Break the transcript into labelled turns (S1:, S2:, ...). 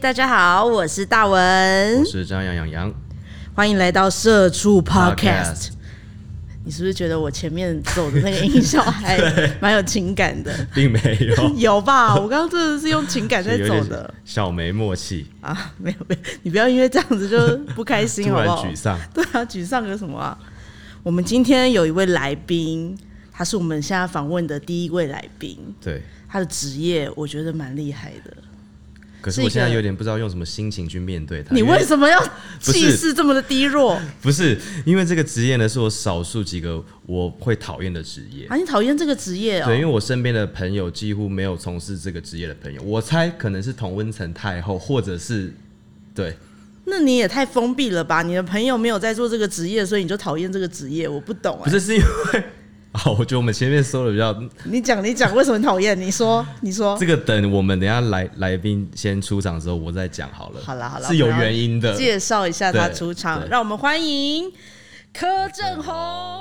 S1: 大家好，我是大文
S2: 我，是张阳阳阳
S1: 欢迎来到社畜 Podcast。你是不是觉得我前面走的那个音效还 蛮有情感的？
S2: 并没 有，
S1: 有吧？我刚刚真的是用情感在
S2: 哦 有
S1: 走
S2: 点
S1: 的
S2: 小没默契，
S1: 啊，没有没有，你不要因为这样子就不开心
S2: 突
S1: 好
S2: 然
S1: 不好？
S2: 沮丧。
S1: 对啊，沮丧个什么啊？我们今天有一位来宾，他是我们现在访问的第一位来宾，
S2: 对，
S1: 他的职业我觉得蛮厉害的。
S2: 可
S1: 是
S2: 是
S1: 一
S2: 我现在
S1: 个
S2: 有点不知道用什么心情去面对它。
S1: 你
S2: 因为
S1: 为什么要
S2: 不是
S1: 气势这么的低落？
S2: 不是因为这个职业呢，是我少数几个我会讨厌的职业。
S1: 啊，你讨厌这个职业哦、
S2: 对，因为我身边的朋友几乎没有从事这个职业的朋友，我猜可能是同温层太厚，或者是对，
S1: 那你也太封闭了吧？你的朋友没有在做这个职业，所以你就讨厌这个职业，我不懂
S2: 不
S1: 哎、
S2: 是是因为， 好，我觉得我们前面说的比较
S1: 你讲，你讲，为什么你讨厌？你 说，你说
S2: 这，个，等我们等一下来来宾先出场之后，我再讲好了。
S1: 好啦好啦
S2: 是有
S1: 不要
S2: 原因的。
S1: 介绍一下他
S2: 对
S1: 出场，
S2: 对
S1: 让我们欢迎柯震宏。